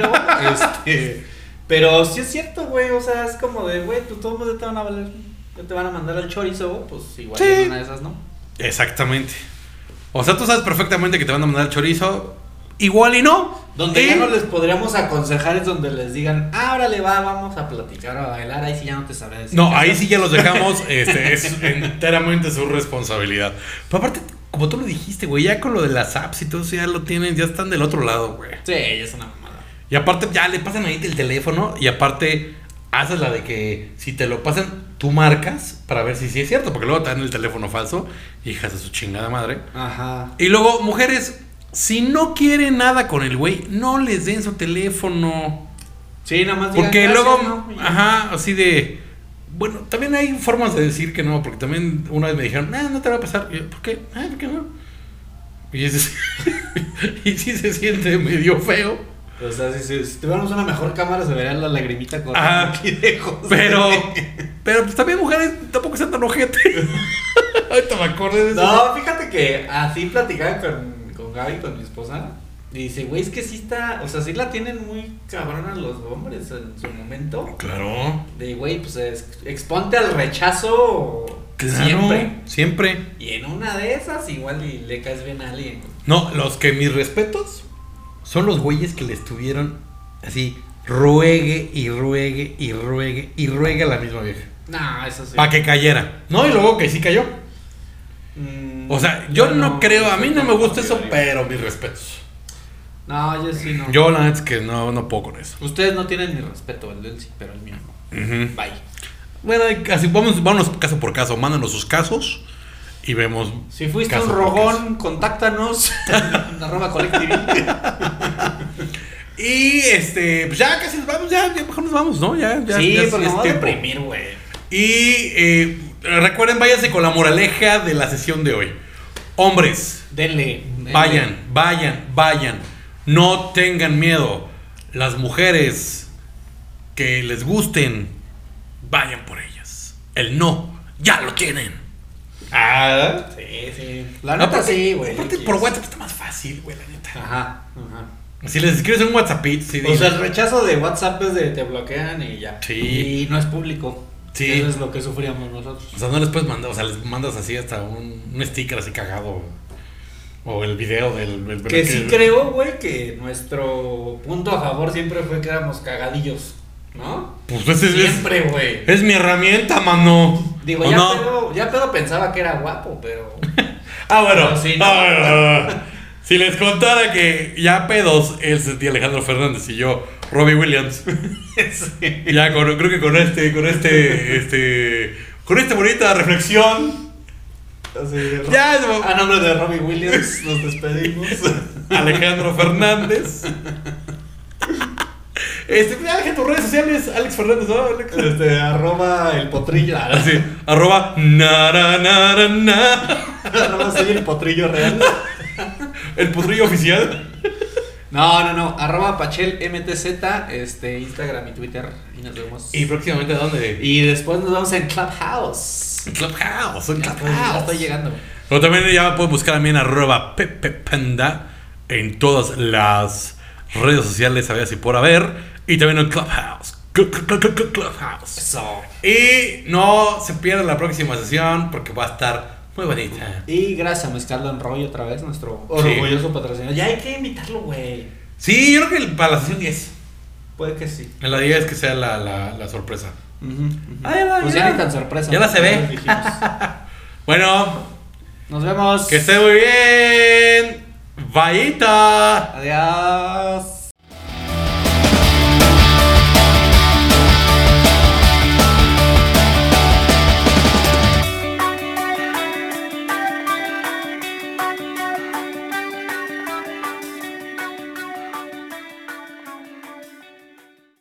este pero sí es cierto, güey, o sea, es como de, güey, tú todos te van a valer, ya te van a mandar al chorizo, pues igual Sí. en una de esas, ¿no? Exactamente. O sea, tú sabes perfectamente que te van a mandar chorizo. Igual y no. Donde Y- ya no les podríamos aconsejar es donde les digan, ah, órale, va, vamos a platicar, a bailar, ahí sí ya no te sabré decir. No, ah. qué ahí hacer. sí ya los dejamos, este, es enteramente su responsabilidad. Pero aparte, como tú lo dijiste, güey, ya con lo de las apps y todo eso ya lo tienen, ya están del otro lado, güey. Sí, ya es una mamada. Y aparte, ya le pasan ahí el teléfono y aparte haces la de que si te lo pasan, tú marcas para ver si sí es cierto, porque luego te dan el teléfono falso, hijas de su chingada madre. Ajá. Y luego, mujeres, si no quieren nada con el güey, no les den su teléfono. Sí, nada más digan, Porque "Gracias", luego, ¿no? Y- ajá, así de. Bueno, también hay formas de decir que no, porque también una vez me dijeron, "Nah, no te va a pasar. Y yo, ¿Por qué? Ah, ¿por qué no? Y, es- <laughs> y sí se siente medio feo. O sea, si, si- si tuviéramos una mejor cámara se vería la lagrimita con Ajá. aquí de José. Pero, <laughs> pero pues también mujeres tampoco sean tan ojete. <laughs> Ahorita me acordé de eso. <laughs> No, fíjate que así platicaba con, con Gaby, con mi esposa. Y dice, güey, es que sí está, o sea, sí la tienen muy cabrona los hombres en su momento. Claro, De, güey, pues es- exponte al rechazo claro. siempre. Siempre. Siempre. Y en una de esas igual y le caes bien a alguien. güey. No, los que mis respetos son los güeyes que le estuvieron así, ruegue y ruegue y ruegue y ruegue a la misma vieja. No, eso sí. para que cayera. No, y luego que sí cayó. Mm, O sea, yo no, creo, a mí no me gusta eso, no, pero mis respetos. No, yo sí no. Yo la neta es que no, no puedo con eso. Ustedes no tienen mi respeto, el del sí, pero el mío no. Mm. Bye. Bueno, hay- así vamos, vámonos caso por caso, mándanos sus casos y vemos. Si fuiste caso un por caso. rogón, contáctanos. <laughs> arroba collective. Y este, pues ya casi nos vamos, ya, ya mejor nos vamos, pues, ¿no? Ya, ya, sí, pues ya es- porque es me voy a tiempo. deprimir, güey. Y eh, recuerden, váyanse con la moraleja de la sesión de hoy. Hombres, Denle. denle. Eh, Vayan, vayan, vayan. No tengan miedo. Las mujeres que les gusten, vayan por ellas. El no, ya lo tienen. Ah, Sí, sí. La neta sí, güey. pues, Aparte, por WhatsApp está más fácil, güey, la neta. Ajá, ajá. Si les escribes un WhatsApp, sí, O dile. sea, el rechazo de WhatsApp es de te bloquean y ya. Sí. Y no es público. Sí. Eso es lo que sufríamos nosotros. O sea, no les puedes mandar, o sea, les mandas así hasta un, un sticker así cagado. O el video del. del- Que del- sí creo, güey, que nuestro punto a favor siempre fue que éramos cagadillos, ¿no? Pues ese es, es, Siempre, güey. es mi herramienta, mano. Digo, Eh, ¿O ya, no? pedo, ya pedo pensaba que era guapo, <laughs> pero... Ah, bueno. Pero sí, ah, no. bueno, ah, bueno. Si les contara que ya pedos, él sentía Alejandro Fernández y yo, Robbie Williams. sí. Ya con- creo que con este, con este, este, con esta bonita reflexión, Así, ya no- A nombre de Robbie Williams nos despedimos. <laughs> Alejandro Fernández. Este, ya deja tus redes sociales, Alex Fernández, ¿no? Alex? Este, arroba el potrillo. ah, Así, arroba nara, nara, na. <laughs> arroba soy el potrillo real. el potrillo oficial. No, no, no. Arroba Pachel MTZ, este, Instagram y Twitter. Y nos vemos. Y Y, próximamente, ¿a dónde? después nos vemos en Clubhouse. Clubhouse, en Ya estoy, Clubhouse. ya estoy llegando. O también ya pueden buscar a mí en arroba pepepanda en todas las redes sociales, sabías y por haber. Y también en Clubhouse. Cl- cl- cl- cl- cl- Clubhouse. Eso. Y no se pierdan la próxima sesión porque va a estar muy bonita. Y gracias a Mezclarlo en Rollo otra vez, nuestro Sí. orgulloso patrocinador. Ya hay que invitarlo, güey. Sí, yo creo que el- para la sesión 10. Puede que sí. En la 10 que sea la, la- la sorpresa. Ujú, ujú. Ah, ya la- pues ya ya, la- ni tan sorpresa. ya la ¿no? se ve. dijimos. Bueno, Nos vemos. Que esté muy bien. Vayita. Adiós.